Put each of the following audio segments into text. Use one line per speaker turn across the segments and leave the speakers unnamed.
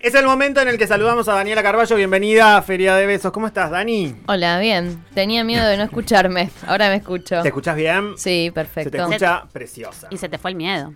Es el momento en el que saludamos a Daniela Carballo. Bienvenida a Feria de Besos. ¿Cómo estás, Dani?
Hola, bien. Tenía miedo de no escucharme. Ahora me escucho.
¿Te escuchas bien?
Sí,
Se te
perfecto.
escucha preciosa.
Y se te fue el miedo.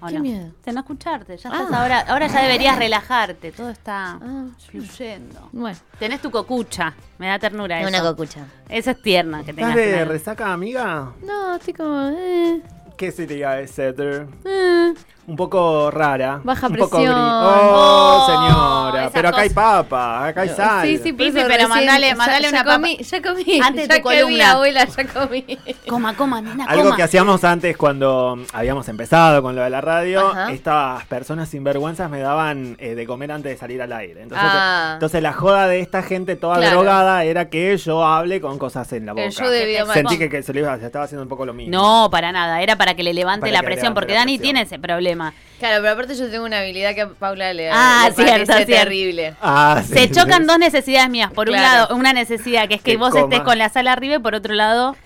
¿O
¿Qué
no?
miedo?
De no escucharte. Ya estás
Ah.
ahora, ahora ya deberías relajarte. Todo está
Ah.
fluyendo.
Bueno,
Tenés tu cocucha. Me da ternura eso.
una cocucha.
Esa es tierna que
¿Estás
tengas.
de
una-
resaca, amiga?
No, estoy como. eh,
¿Qué se te iba a decir?
eh.
Un poco rara.
Baja
un Poco gris.
presión.
oh,
Oh,
señora.
esa
Pero acá hay
cosa.
papa, acá hay sal.
Sí, sí, por
Pipi,
eso
pero
recién-
mandale-
ya-
mandale
ya
una papa.
comí, Ya comí.
Antes de
ya
tu
comí,
columna.
abuela, ya comí.
Coma, coma, nena,
Algo
coma.
que hacíamos antes cuando habíamos empezado con lo de la radio,
Ajá.
estas personas sinvergüenzas me daban eh, de comer antes de salir al aire. Entonces,
Ah.
entonces la joda de esta gente toda
Claro.
drogada era que yo hable con cosas en la boca.
El show de Videomatch.
Sentí que, que se lo iba, se estaba haciendo un poco lo mismo.
No, para nada. Era para que le levante
Para
la
que le
presión,
levante
porque
la
Dani
presión.
tiene ese problema.
Claro, pero aparte yo tengo una habilidad que a Paula le,
Ah,
le parece
cierto, cierto.
terrible.
Ah, sí,
Se
sí, sí.
chocan dos necesidades mías. Por un
Claro.
lado, una necesidad que es que,
Que
vos estés
coma.
con la sala arriba y por otro lado.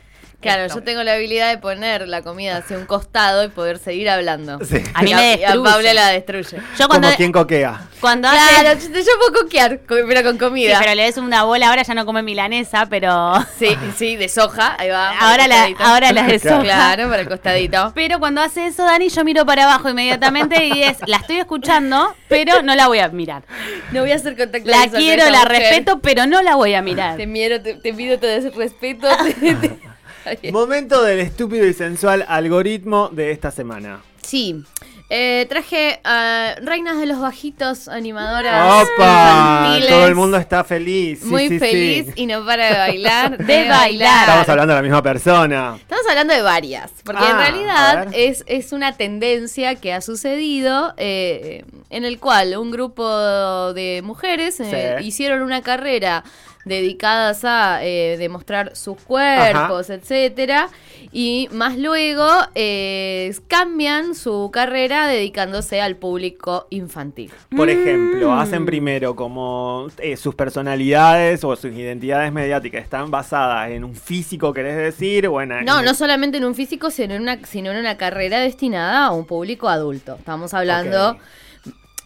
Claro, yo tengo la habilidad de poner la comida hacia un costado y poder seguir hablando.
Sí.
A mí
Y
me
y a
destruye.
Paula la destruye.
Yo
Como
cuando,
quien coquea.
cuando hace-
Claro, yo, yo puedo coquear, co- pero con
Sí,
comida.
pero le des una bola, ahora ya no come milanesa, pero.
Sí, sí, de soja, ahí va. para
Ahora
el
la-
costadito.
ahora la de soja.
Claro, para el costadito.
Pero cuando hace eso, Dani, yo miro para abajo inmediatamente y es, la estoy escuchando, pero no la voy a mirar.
No voy a hacer contacto
La
visual con
quiero,
esta
la
mujer.
respeto, pero no la voy a mirar.
Te miro, te, te pido todo ese respeto. te- te- Ay,
Momento del estúpido y sensual algoritmo de esta semana.
Sí. Eh, traje a Reinas de los Bajitos, animadoras.
¡Opa!
infantiles,
Todo el mundo está feliz. Sí,
muy
sí, sí.
feliz y no para de bailar.
De bailar.
Estamos hablando de la misma persona.
Estamos hablando de varias, porque en
Ah, a
realidad
ver.
es, es una tendencia que ha sucedido eh, en el cual un grupo de mujeres eh,
Sí.
hicieron una carrera dedicadas a eh, demostrar sus cuerpos, etcétera, y más luego eh, cambian su carrera dedicándose al público infantil.
Por ejemplo,
Mm.
hacen primero como eh, sus personalidades o sus identidades mediáticas están basadas en un físico, querés decir, o en...
No,
Ah, en-
no solamente en un físico, sino en una, sino en una carrera destinada a un público adulto. Estamos hablando,
Ok.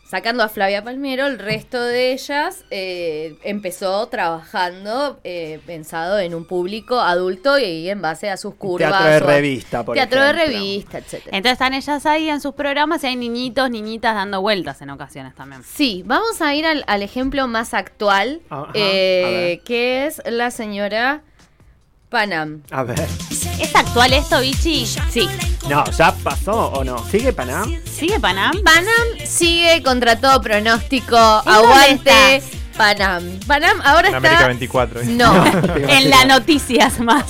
sacando a Flavia Palmiero, el resto de ellas eh, empezó trabajando eh, pensado en un público adulto y en base a sus curvas.
Teatro de
o-
revista, por
Teatro de
ejemplo.
revista, etcétera.
Entonces están ellas ahí en sus programas y hay niñitos, niñitas dando vueltas en ocasiones también.
Sí, vamos a ir al, al ejemplo más actual,
Ajá,
eh,
a ver.
que es la señora Panam.
A ver.
¿Es actual esto, Vichy? Sí.
No, ¿ya pasó o no? ¿Sigue Panam?
¿Sigue Panam?
Panam sigue contra todo pronóstico.
dónde
Aguante
estás?
Panam. Panam ahora
En
está.
América 24. ¿eh?
No.
En las noticias más.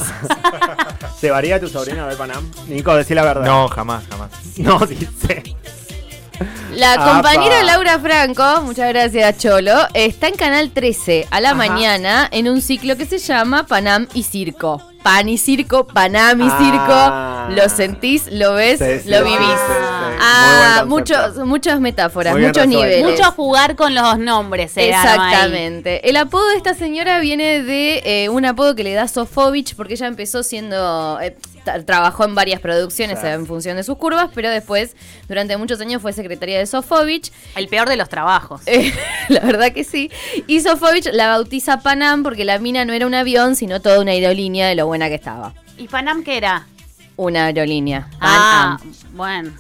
¿Llevaría a tu sobrina a ver Panam? Nico, decí la verdad.
No, jamás, jamás.
No, dice.
La
Apa.
compañera Laura Franco, muchas gracias Cholo, está en Canal 13 a la
Ajá.
mañana en un ciclo que se llama Panam y Circo. Pan y circo, Panam y
Ah.
circo. Lo sentís, lo ves,
Sí, sí,
lo
sí,
vivís.
sí, sí. Muy
Ah,
buen concepto.
muchos, muchas metáforas,
Muy bien
muchos
resuelto.
niveles.
Mucho jugar con los nombres. se arma ahí.
Exactamente. El apodo de esta señora viene de eh, un apodo que le da Sofovich porque ella empezó siendo. eh, tra- trabajó en varias producciones
Claro.
eh, en función de sus curvas, pero después, durante muchos años, fue secretaria de Sofovich.
El peor de los trabajos.
Eh, la verdad que sí. Y Sofovich la bautiza Panam porque la mina no era un avión, sino toda una aerolínea de lo buena que estaba.
¿Y Panam qué era?
Una aerolínea.
Ah,
Panam.
bueno.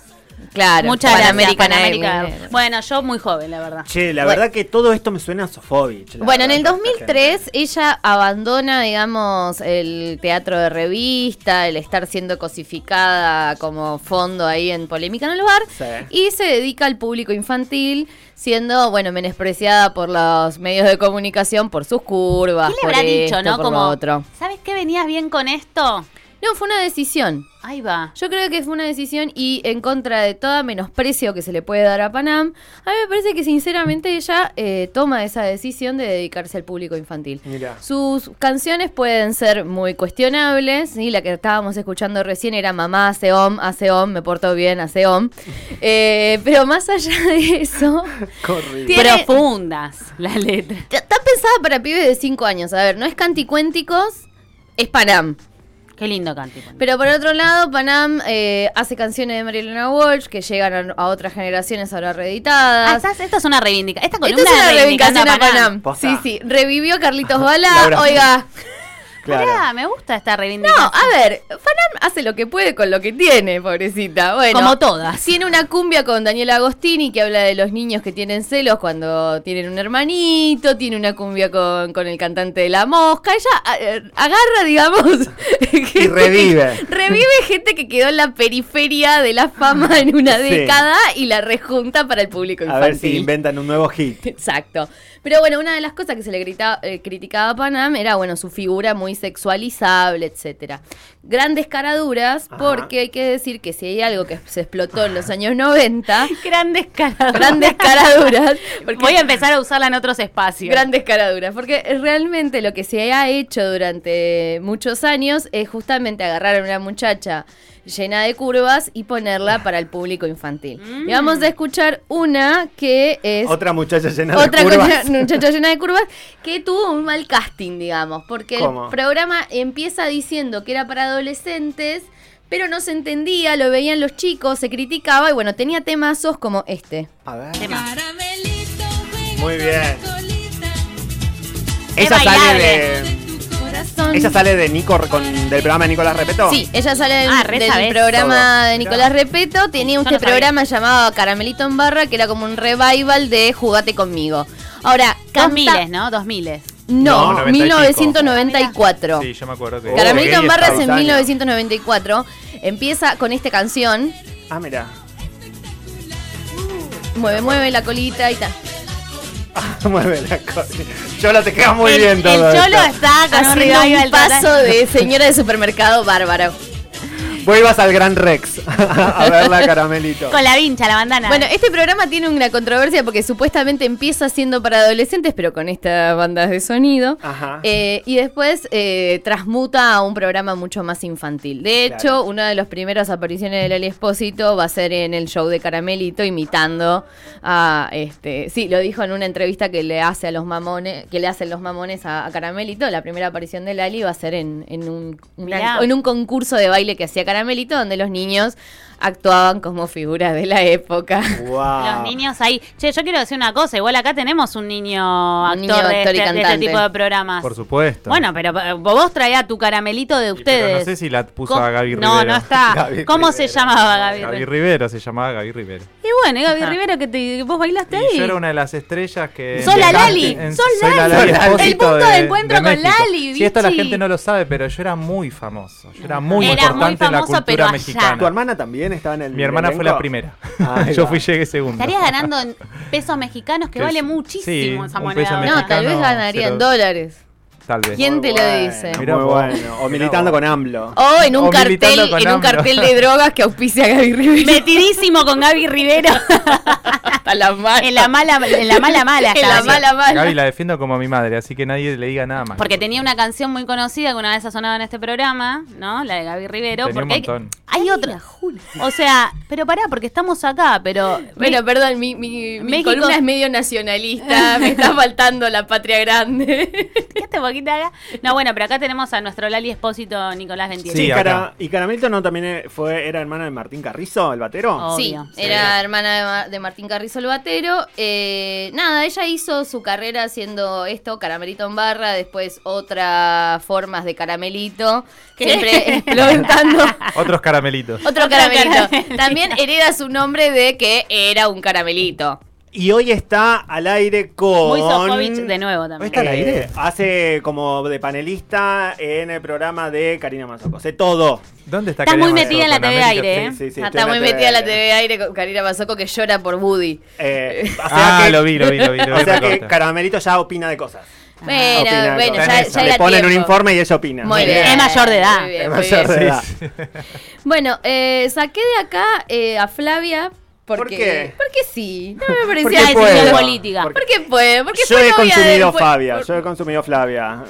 Claro.
Muchas gracias,
Panamerican
Panamérica.
Airlines.
Bueno, yo muy joven, la verdad.
Che, la
Bueno.
verdad que todo esto me suena a Sofovich. la
Bueno, en
verdad,
el
toda esta gente.
2003 ella abandona, digamos, el teatro de revista, el estar siendo cosificada como fondo ahí en Polémica en el Bar,
Sí.
y se dedica al público infantil, siendo, bueno, menospreciada por los medios de comunicación, por sus curvas,
¿Qué le
por
habrá
esto,
dicho, no?
por lo
Como,
otro.
¿sabes qué venías bien con esto?
No, fue una decisión.
Ahí va.
Yo creo que fue una decisión y en contra de todo menosprecio que se le puede dar a Panam, a mí me parece que sinceramente ella eh, toma esa decisión de dedicarse al público infantil.
Mirá.
Sus canciones pueden ser muy cuestionables, y la que estábamos escuchando recién era Mamá hace om, hace om, me porto bien, hace om. Eh, pero más allá de eso,
Corrido.
Tiene-
Profundas las letras.
está pensada para pibes de 5 años. A ver, no es canticuénticos, es Panam.
Qué lindo Canti. Pantera.
Pero por otro lado, Panam eh, hace canciones de Marilena Walsh que llegan a, a otras generaciones ahora
Ah,
reeditadas.
estás- esta es una reivindicación. Esta
Esto
columna
es una
reivindicando
reivindicación a Panam.
Posta.
Sí, sí. Revivió Carlitos
Laura.
Bala. Oiga.
Claro.
Pará, me gusta esta
No, ah,
reivindicación.
a ver, Panam hace lo que puede con lo que tiene, pobrecita. Bueno,
Como todas.
Tiene una cumbia con Daniel Agostini que habla de los niños que tienen celos cuando tienen un hermanito. Tiene una cumbia con, con el cantante de La Mosca. Ella a- eh, agarra, digamos. gente
revive.
que- revive gente que quedó en la periferia de la fama en una
Sí.
década y la rejunta para el público
A
infantil.
ver si inventan un nuevo hit.
Exacto. Pero bueno, una de las cosas que se le grita- eh, criticaba a Panam era, bueno, su figura muy sexualizable, etcétera. Grandes caraduras,
Ajá.
porque hay que decir que si hay algo que se explotó en los años 90,
Grandes caras.
grandes caraduras, porque
Voy a empezar a usarla en otros espacios.
Grandes caraduras, porque realmente lo que se ha hecho durante muchos años es justamente agarrar a una muchacha llena de curvas y
Ah.
ponerla para el público infantil. Y vamos a escuchar una que es
Mm. Otra muchacha llena
otra
de curvas.
cosa- muchacha llena de curvas que tuvo un mal casting, digamos, porque
¿Cómo?
el programa empieza diciendo que era para adolescentes, pero no se entendía, lo veían los chicos, se criticaba y bueno, tenía temazos como este.
A ver.
Tema.
Caramelito,
Muy
Muy
bien.
bien.
Ella
Es
sale
bailable.
de. Ella sale de Nico con, del programa de Nicolás Repeto.
Sí, ella sale del,
Ah, re
del
sabés
programa
todo.
de Nicolás Repeto. Tenía
Yo
un este
no sabía.
programa llamado Caramelito en Barra, que era como un revival de Jugate conmigo. Ahora, canta...
Dos miles, ¿no? Dos miles.
No,
No, noventa y pico.
1994.
Sí, yo me acuerdo que.
Oh,
Caramelito
ok,
en Barra es
está.
en 1994. Empieza con esta canción.
Ah, mira.
Mueve, mueve la colita y tal.
Ah, Mueve la cosa. Cholo, te queda muy
el,
bien todo.
el Cholo
esto.
está con un
Haciendo
revival
un paso de señora de supermercado bárbaro.
Vuelvas al Gran Rex a verla, caramelito.
Con la vincha, la bandana.
Bueno, este programa tiene una controversia porque supuestamente empieza siendo para adolescentes, pero con estas bandas de sonido.
Ajá.
Eh, y después eh, transmuta a un programa mucho más infantil. De hecho,
Claro.
una de las primeras apariciones de Lali Espósito va a ser en el show de Caramelito, imitando a este. Sí, lo dijo en una entrevista que le hace a los mamones, que le hacen los mamones a, a Caramelito. La primera aparición de Lali va a ser en, en un, una-
Mirá.
en un concurso de baile que hacía Caramelito, donde los niños actuaban como figuras de la época.
Wow.
Los niños ahí. Che, yo quiero decir una cosa. Igual acá tenemos un niño actor,
Un niño
de,
actor y
este, de este
cantante.
tipo de programas.
Por supuesto.
Bueno, pero eh, vos traía tu caramelito de
Y- pero
ustedes.
no sé si la puso
¿Cómo-
a Gaby
No,
Rivero.
no está.
Gaby
¿Cómo se
Rivero.
llamaba Gaby,
Gaby
Rivero?
Rivero se llamaba Gaby Rivero.
Y bueno, y Gaby
Ajá.
Rivero, que te- vos bailaste
Y
ahí.
yo era una de las estrellas que.
Sos
la
en-
Lali,
en-
sos
soy la
Lali. El
Espósito
punto de encuentro con
México.
Lali,
Sí, esto la
bichi.
gente no lo sabe, pero yo era muy famoso. Yo era muy
Era muy
importante en la
famoso, pero
cultura
allá.
¿Tu
mexicana.
hermana también estaba en el
Mi hermana fue
elenco? Ah,
la primera.
Ahí
Yo
va.
fui llegué segundo.
Estarías ganando en pesos mexicanos, que
Que
vale
sí,
muchísimo
sí,
esa
un
moneda.
peso
ahora.
No, tal
mexicano.
vez ganaría en
pero-
dólares.
Tal vez.
¿Quién te lo dice?
Muy
Mirá vos.
bueno. O
Mirá
militando
vos.
con AMLO.
O en un
O
cartel,
militando con
en un
AMLO.
cartel de drogas que auspicia a Gaby Rivera.
Metidísimo con Gaby Rivero.
Hasta la mano.
en la mala, en la mala mala.
En la
estaba.
mala mala.
Gaby la defiendo como a mi madre, así que nadie le diga nada más.
Porque tenía una canción muy conocida que una vez ha sonado en este programa, ¿no? La de Gaby Rivero.
Tenía un
porque hay-
montón.
Hay, otra. O sea, pero pará, porque estamos acá, pero.
Bueno, perdón, mi, mi, mi
México-
columna es medio nacionalista, me está faltando la patria grande.
Fíjate poquita acá. No, bueno, pero acá tenemos a nuestro Lali Espósito Nicolás 28.
Sí,
Sí,
Cara-
acá.
y Caramelito no también eh, fue, era hermana de Martín Carrizo, el batero.
Oh. Obvio.
sí, era hermana de, Ma- de Martín Carrizo el Batero. Eh, nada, ella hizo su carrera haciendo esto, caramelito en barra, después otras formas de caramelito,
¿Qué?
siempre explotando
Otros caramelitos.
otro
Otro
caramelito.
caramelito.
También hereda su nombre de que era un caramelito.
Y hoy está al aire con.
Muy Sofovich de nuevo también.
Hoy está al aire. Hace como de panelista en el programa de Karina Mazoco. Sé todo.
¿Dónde está
Está
Karina
muy
Mazoco?
metida en la TV
América
aire,
Cero.
¿eh?
Sí, sí,
Ah,
estoy
está
en
muy metida en la TV aire con Karina Mazoco que llora por Woody.
Eh, o sea
Ah,
que-
lo vi, lo vi, lo vi. lo
O
vi,
sea que
recorte.
Caramelito ya opina de cosas.
Bueno,
Opina de
Eh, bueno,
cosas.
ya,
Tenés,
ya
Le
era
ponen un
tiempo.
informe y ella opina.
Muy bien.
Es mayor de edad.
Muy bien,
Es
muy
mayor
bien.
de edad.
Sí, sí.
Bueno, eh, saqué de acá eh, a Flavia porque,
¿Por qué?
porque sí. No me
Porque
parecía
puedo.
decisión
política.
Porque puede, porque
Yo
fue
he
novia de-
consumido
fue-
Flavia,
por-
yo he consumido Flavia.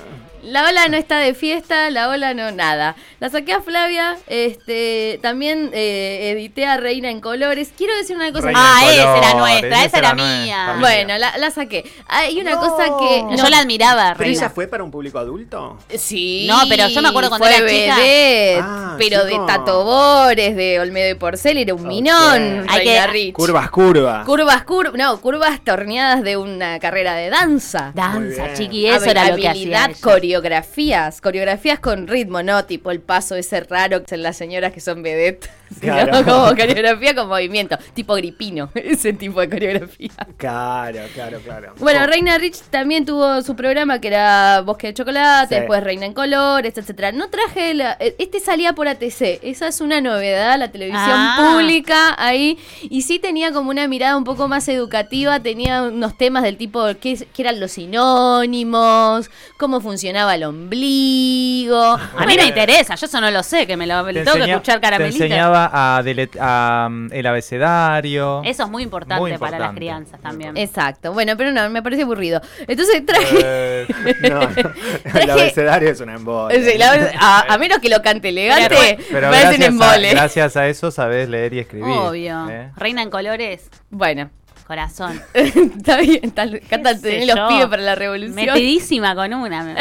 La ola no está de fiesta, la ola no nada. La saqué a Flavia, este, también eh, edité a Reina en Colores. Quiero decir una cosa. Ah,
Ah,
Reina en
esa era
colores,
nuestra, esa era mía.
nuestra.
bueno, la, la saqué. Hay una
No.
cosa que...
No.
Yo la admiraba,
¿Pero ella
Reina.
fue para un público adulto?
Sí.
No, pero yo me acuerdo cuando
fue
era chica.
vedette,
Ah,
pero
chico.
de Tatobores, de Olmedo y Porcel, era un
Ok.
minón.
Hay
Reina
que-
Rich.
Curvas, curvas.
Curvas, curvas, no, curvas torneadas de una carrera de danza.
Muy bien.
Danza, chiqui, eso era lo que hacía.
Habilidad,
ella.
coreografías, coreografías con ritmo, no tipo el paso ese raro que en las señoras que son vedette, sino
Claro.
como coreografía con movimiento, tipo gripino, ese tipo de coreografía.
Claro, claro, claro.
Bueno,
Oh,
Reina Rich también tuvo su programa que era Bosque de Chocolate,
Sí.
después Reina en Colores, etcétera. No traje la- este salía por ATC, esa es una novedad, la televisión
Ah.
pública ahí y sí tenía como una mirada un poco más educativa, tenía unos temas del tipo qué, es- qué eran los sinónimos, cómo funcionaba el ombligo.
A mí me interesa, yo eso no lo sé, que me lo tengo que
enseña-
escuchar
Te
caramelita.
enseñaba a, delet- a, mm, el abecedario.
Eso es muy importante,
Muy
para las
importante.
crianzas también.
Exacto, bueno, pero no, me parece aburrido. Entonces traje...
Eh,
No, el abecedario es una embolia.
Sí, la verdad, a, a menos que lo cante elegante,
eh, pero
parece un
gracias, a,
embole.
gracias a eso sabés leer y escribir.
Obvio.
¿eh?
Reina en colores,
Bueno,
corazón.
está bien, tal, Cata
sé
tenés los
yo?
pibes para la revolución.
Metidísima con una. me-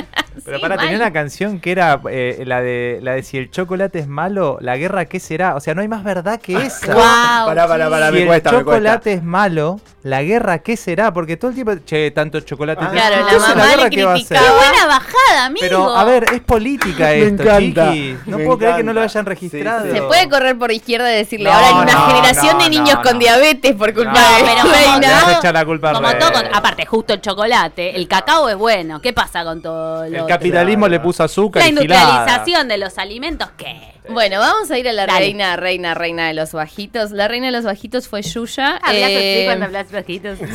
Pero
Sí,
para
mal.
tenía una canción que era eh, la de la de si el chocolate es malo, la guerra qué será. O sea, no hay más verdad que
Ah,
esa.
Guau,
Pará, pará,
sí.
pará,
Si
Ah, me
el
cuesta, me cuesta.
chocolate es malo, la guerra qué será, porque todo el tiempo, che, tanto chocolate.
Ah.
tiene-
Claro, la
Entonces,
mamá
guerra
le
qué va a ser.
Qué buena bajada, amigo.
Pero a ver, es política
Me
esto,
encanta,
chiqui. No
me
puedo creer que no lo
encanta.
hayan
Sí, sí.
registrado.
Se
Se puede correr por izquierda y decirle,
No,
ahora hay una
no,
generación
no,
de niños
no,
con
no.
diabetes por culpa
No,
de
pero como
Le
Reina.
vas a
todo-
echar la culpa al
Como
rey.
todo, con- aparte, justo el chocolate, el cacao es bueno. ¿Qué pasa con todo lo
El
otro?
capitalismo le puso azúcar
La
y gilada.
industrialización de los alimentos, ¿qué?
Bueno, vamos a ir a la
Dale.
reina, reina, reina de los bajitos. La reina de los bajitos fue Yuya.
Ah,
eh,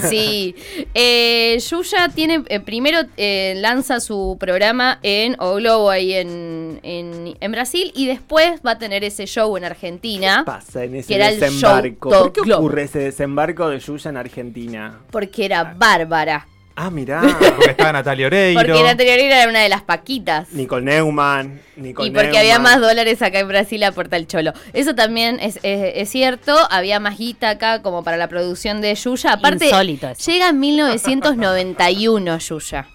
Sí, eh, Yuya tiene, eh, primero eh, lanza su programa en O Globo ahí en, en, en Brasil y después va a tener ese show en Argentina.
pasa en
que
ese
era el
desembarco?
show
¿Por qué
Globo.
ocurre ese desembarco de Yuya en Argentina?
Porque era bárbara.
Ah, mirá.
Porque estaba Natalia Oreiro.
Porque la anterior era una de las paquitas.
Nicole Neumann. Nicole
y porque había
Neumann.
más dólares acá en Brasil aporta el cholo. Eso también es, es- es cierto. Había más guita acá como para la producción de Yuya. Aparte,
Insólito eso.
llega en 1991 Yuya.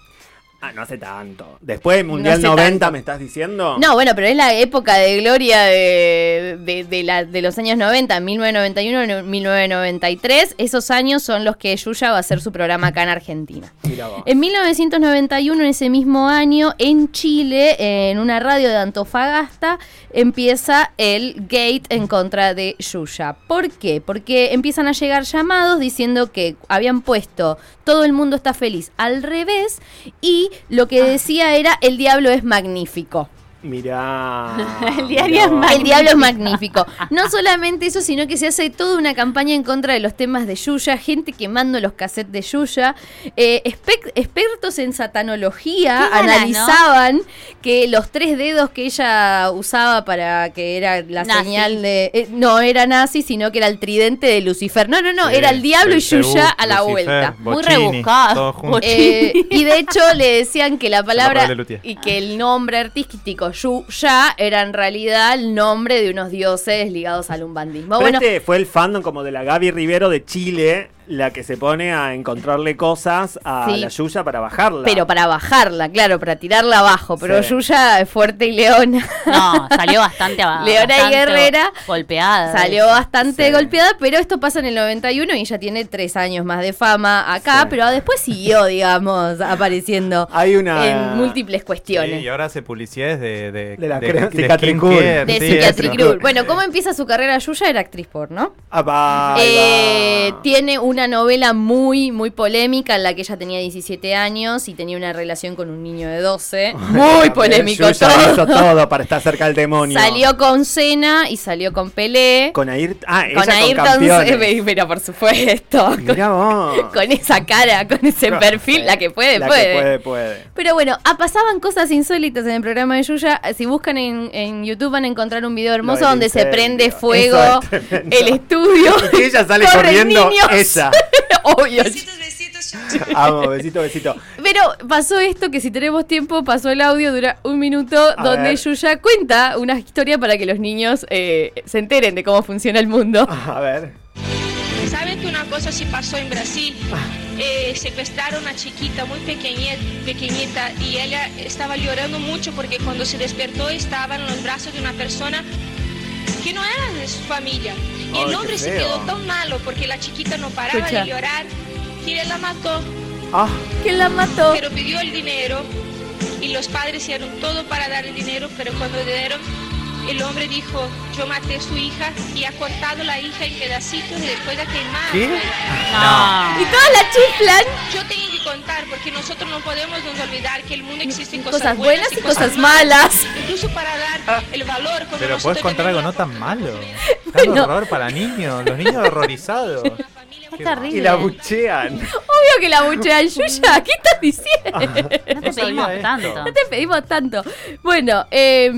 Ah, no hace tanto. Después del Mundial
hace
90,
tanto.
¿me estás diciendo?
No, bueno, pero es la época de gloria de, de- de la- de los años 90, 1991, 1993. Esos años son los que Yuya va a hacer su programa acá en Argentina.
Mira vos.
En 1991, en ese mismo año, en Chile, en una radio de Antofagasta, empieza el gate en contra de Yuya. ¿Por qué? Porque empiezan a llegar llamados diciendo que habían puesto todo el mundo está feliz al revés y lo que decía era el diablo es magnífico.
Mirá.
El diario es
mirá.
El diablo es magnífico. No solamente eso, sino que se hace toda una campaña en contra de los temas de Yuya, gente quemando los cassettes de Yuya. Eh, espe- expertos en satanología
Qué ganas,
analizaban que los tres dedos que ella usaba para que era la
Nazi.
señal de. eh, no era nazi, sino que era el tridente de Lucifer. No, no, no,
Sí,
era el diablo y
Belcebú,
Yuya a la
Eh, Lucifer,
vuelta.
Muy
Bocchini,
rebuscado.
todos juntos.
Bocchini.
Eh, y de hecho le decían que la palabra
palabra de Luthier.
y que el nombre artístico Yu Ya era en realidad el nombre de unos dioses ligados al umbandismo.
Pero
Bueno,
este fue el fandom como de la Gaby Rivero de Chile, la que se pone a encontrarle cosas a
Sí.
la Yuya para bajarla.
pero para bajarla, claro, para tirarla abajo. Pero
Sí.
Yuya es fuerte y leona.
No, salió bastante abajo.
Leona y
bastante
Guerrera
Golpeada.
Salió bastante
Sí.
golpeada, pero esto pasa en el 91 y ella tiene tres años más de fama acá,
Sí.
pero después siguió, digamos, apareciendo
Hay una.
en múltiples cuestiones.
Sí, y ahora hace publicidades de... De,
De la
de-
cre-
de
cicatricul.
skincare,
de
sí,
Psychiatric
eso.
Rule. Bueno, ¿cómo empieza su carrera Yuya? Era actriz porno.
Ah, va, ahí
Eh,
va.
tiene una novela muy, muy polémica en la que ella tenía 17 años y tenía una relación con un niño de 12. Muy
También
polémico
Yuya hizo
todo.
todo para estar cerca del demonio.
Salió con Cena y salió con Pelé. Con,
con Ayrton. Ah, ella con
Ayrton
campeones.
Senna, pero por supuesto. Con,
Mirá vos.
con esa cara, con ese perfil, la que puede,
La
puede.
que puede, puede.
Pero bueno, ah, pasaban cosas insólitas en el programa de Yuya. Si buscan en, en YouTube van a encontrar un video hermoso
del
donde se
incendio.
prende
Eso
fuego
es tremendo.
el estudio.
Y ella sale
Corren
corriendo,
niños.
ella.
Obvio.
Besitos, besitos,
Amo, besito, besito.
Pero pasó esto que si tenemos tiempo, pasó el audio, dura un minuto,
A
donde
ver.
Yuya cuenta una historia para que los niños eh, se enteren de cómo funciona el mundo.
Ah, A ver.
Pues, Saben que una cosa sí pasó en Brasil?
Ah.
Eh, secuestraron a una chiquita muy pequeñe- pequeñita y ella estaba llorando mucho porque cuando se despertó estaba en los brazos de una persona que no era de su familia. Y
Ay, qué
el hombre se
feo.
quedó tan malo porque la chiquita no paraba
Escucha.
de llorar que él la mató,
Ah,
¿Quién la mató?
pero pidió el dinero y los padres hicieron todo para dar el dinero, pero cuando le dieron, el hombre dijo, yo maté a su hija y ha cortado la hija en pedacitos y después la quemaron.
¿Qué?
No.
Y todas la chiflan.
Yo tengo que contar porque nosotros no podemos nos olvidar que el mundo existe en
Cosas,
cosas,
buenas y cosas malas.
Incluso para dar el valor. como
Ah, Pero
nosotros
puedes contar algo no
tenemos
tan malo. Tan
Bueno.
horror para niños, los niños horrorizados.
la familia.
Qué
y
terrible.
la buchean.
Obvio que la buchean, Yuya. ¿Qué estás diciendo?
No te
No sabía
pedimos
esto.
tanto.
No te pedimos tanto. Bueno, eh,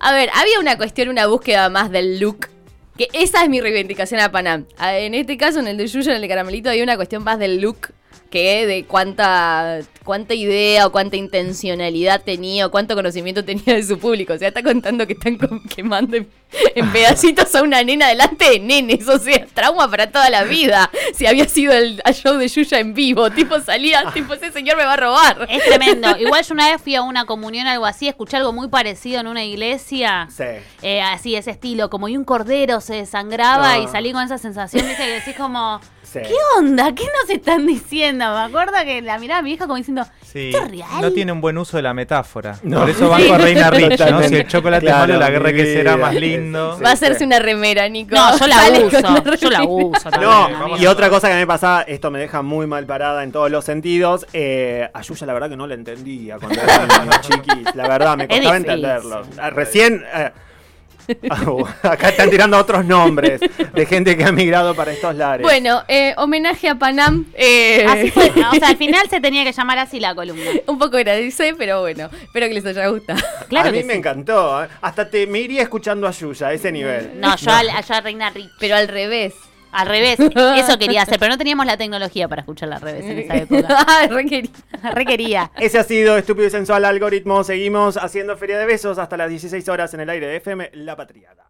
a ver, había una cuestión, una búsqueda más del look. Que esa es mi reivindicación a Panam. A- En este caso, en el de Yuyo, en el de Caramelito, había una cuestión más del look que de cuánta, cuánta idea o cuánta intencionalidad tenía o cuánto conocimiento tenía de su público. O sea, está contando que están com- quemando en, en pedacitos a una nena delante de nenes. O sea, trauma para toda la vida. Si había sido el el show de Yuya en vivo, tipo salía, tipo ese señor me va a robar.
Es tremendo. Igual yo una vez fui a una comunión, algo así, escuché algo muy parecido en una iglesia.
Sí.
Eh, así, ese estilo, como y un cordero se desangraba
Ah.
y salí con esa sensación, viste, que decís como,
Sí.
¿qué onda? ¿Qué nos están diciendo? Me acuerdo que la miraba a mi hija como diciendo,
Sí,
¿Esto es real?
no tiene un buen uso de la metáfora.
No.
Por eso banco a Reina Rich, ¿no? Si
Totalmente.
el chocolate
Claro,
es malo, la
mi
guerra que será
vida.
más lindo.
Sí.
Va a hacerse una remera, Nico.
no, yo la
Sale con
uso,
una
yo la
remera.
uso. también,
No,
vamos
y
a-
amigo.
otra cosa que me pasa, esto me deja muy mal parada en todos los sentidos. Eh, a Yuya, la verdad, que no la entendía cuando era niño, chiquis. La verdad, me
Es
costaba
difícil.
entenderlo. Ah, Recién. eh, au, acá están tirando otros nombres de gente que ha migrado para estos lares.
Bueno, eh, homenaje a Panam. eh,
Así Ah, fue. O sea, al final se tenía que llamar así la columna.
un poco agradece, pero bueno. Espero que les haya gustado.
Claro
a mí
que
me
sí.
encantó. ¿eh? Hasta te, me iría escuchando a Yuya a ese nivel.
No, yo, al- yo a Reina Rich.
Pero al revés.
Al revés, eso quería hacer, pero no teníamos la tecnología para escucharla al revés en esa época.
Ay, Mm. Ah, re querida.
Requería.
Ese ha sido Estúpido y Sensual Algoritmo. Seguimos haciendo Feria de Besos hasta las 16 horas en el aire de FM La Patriada.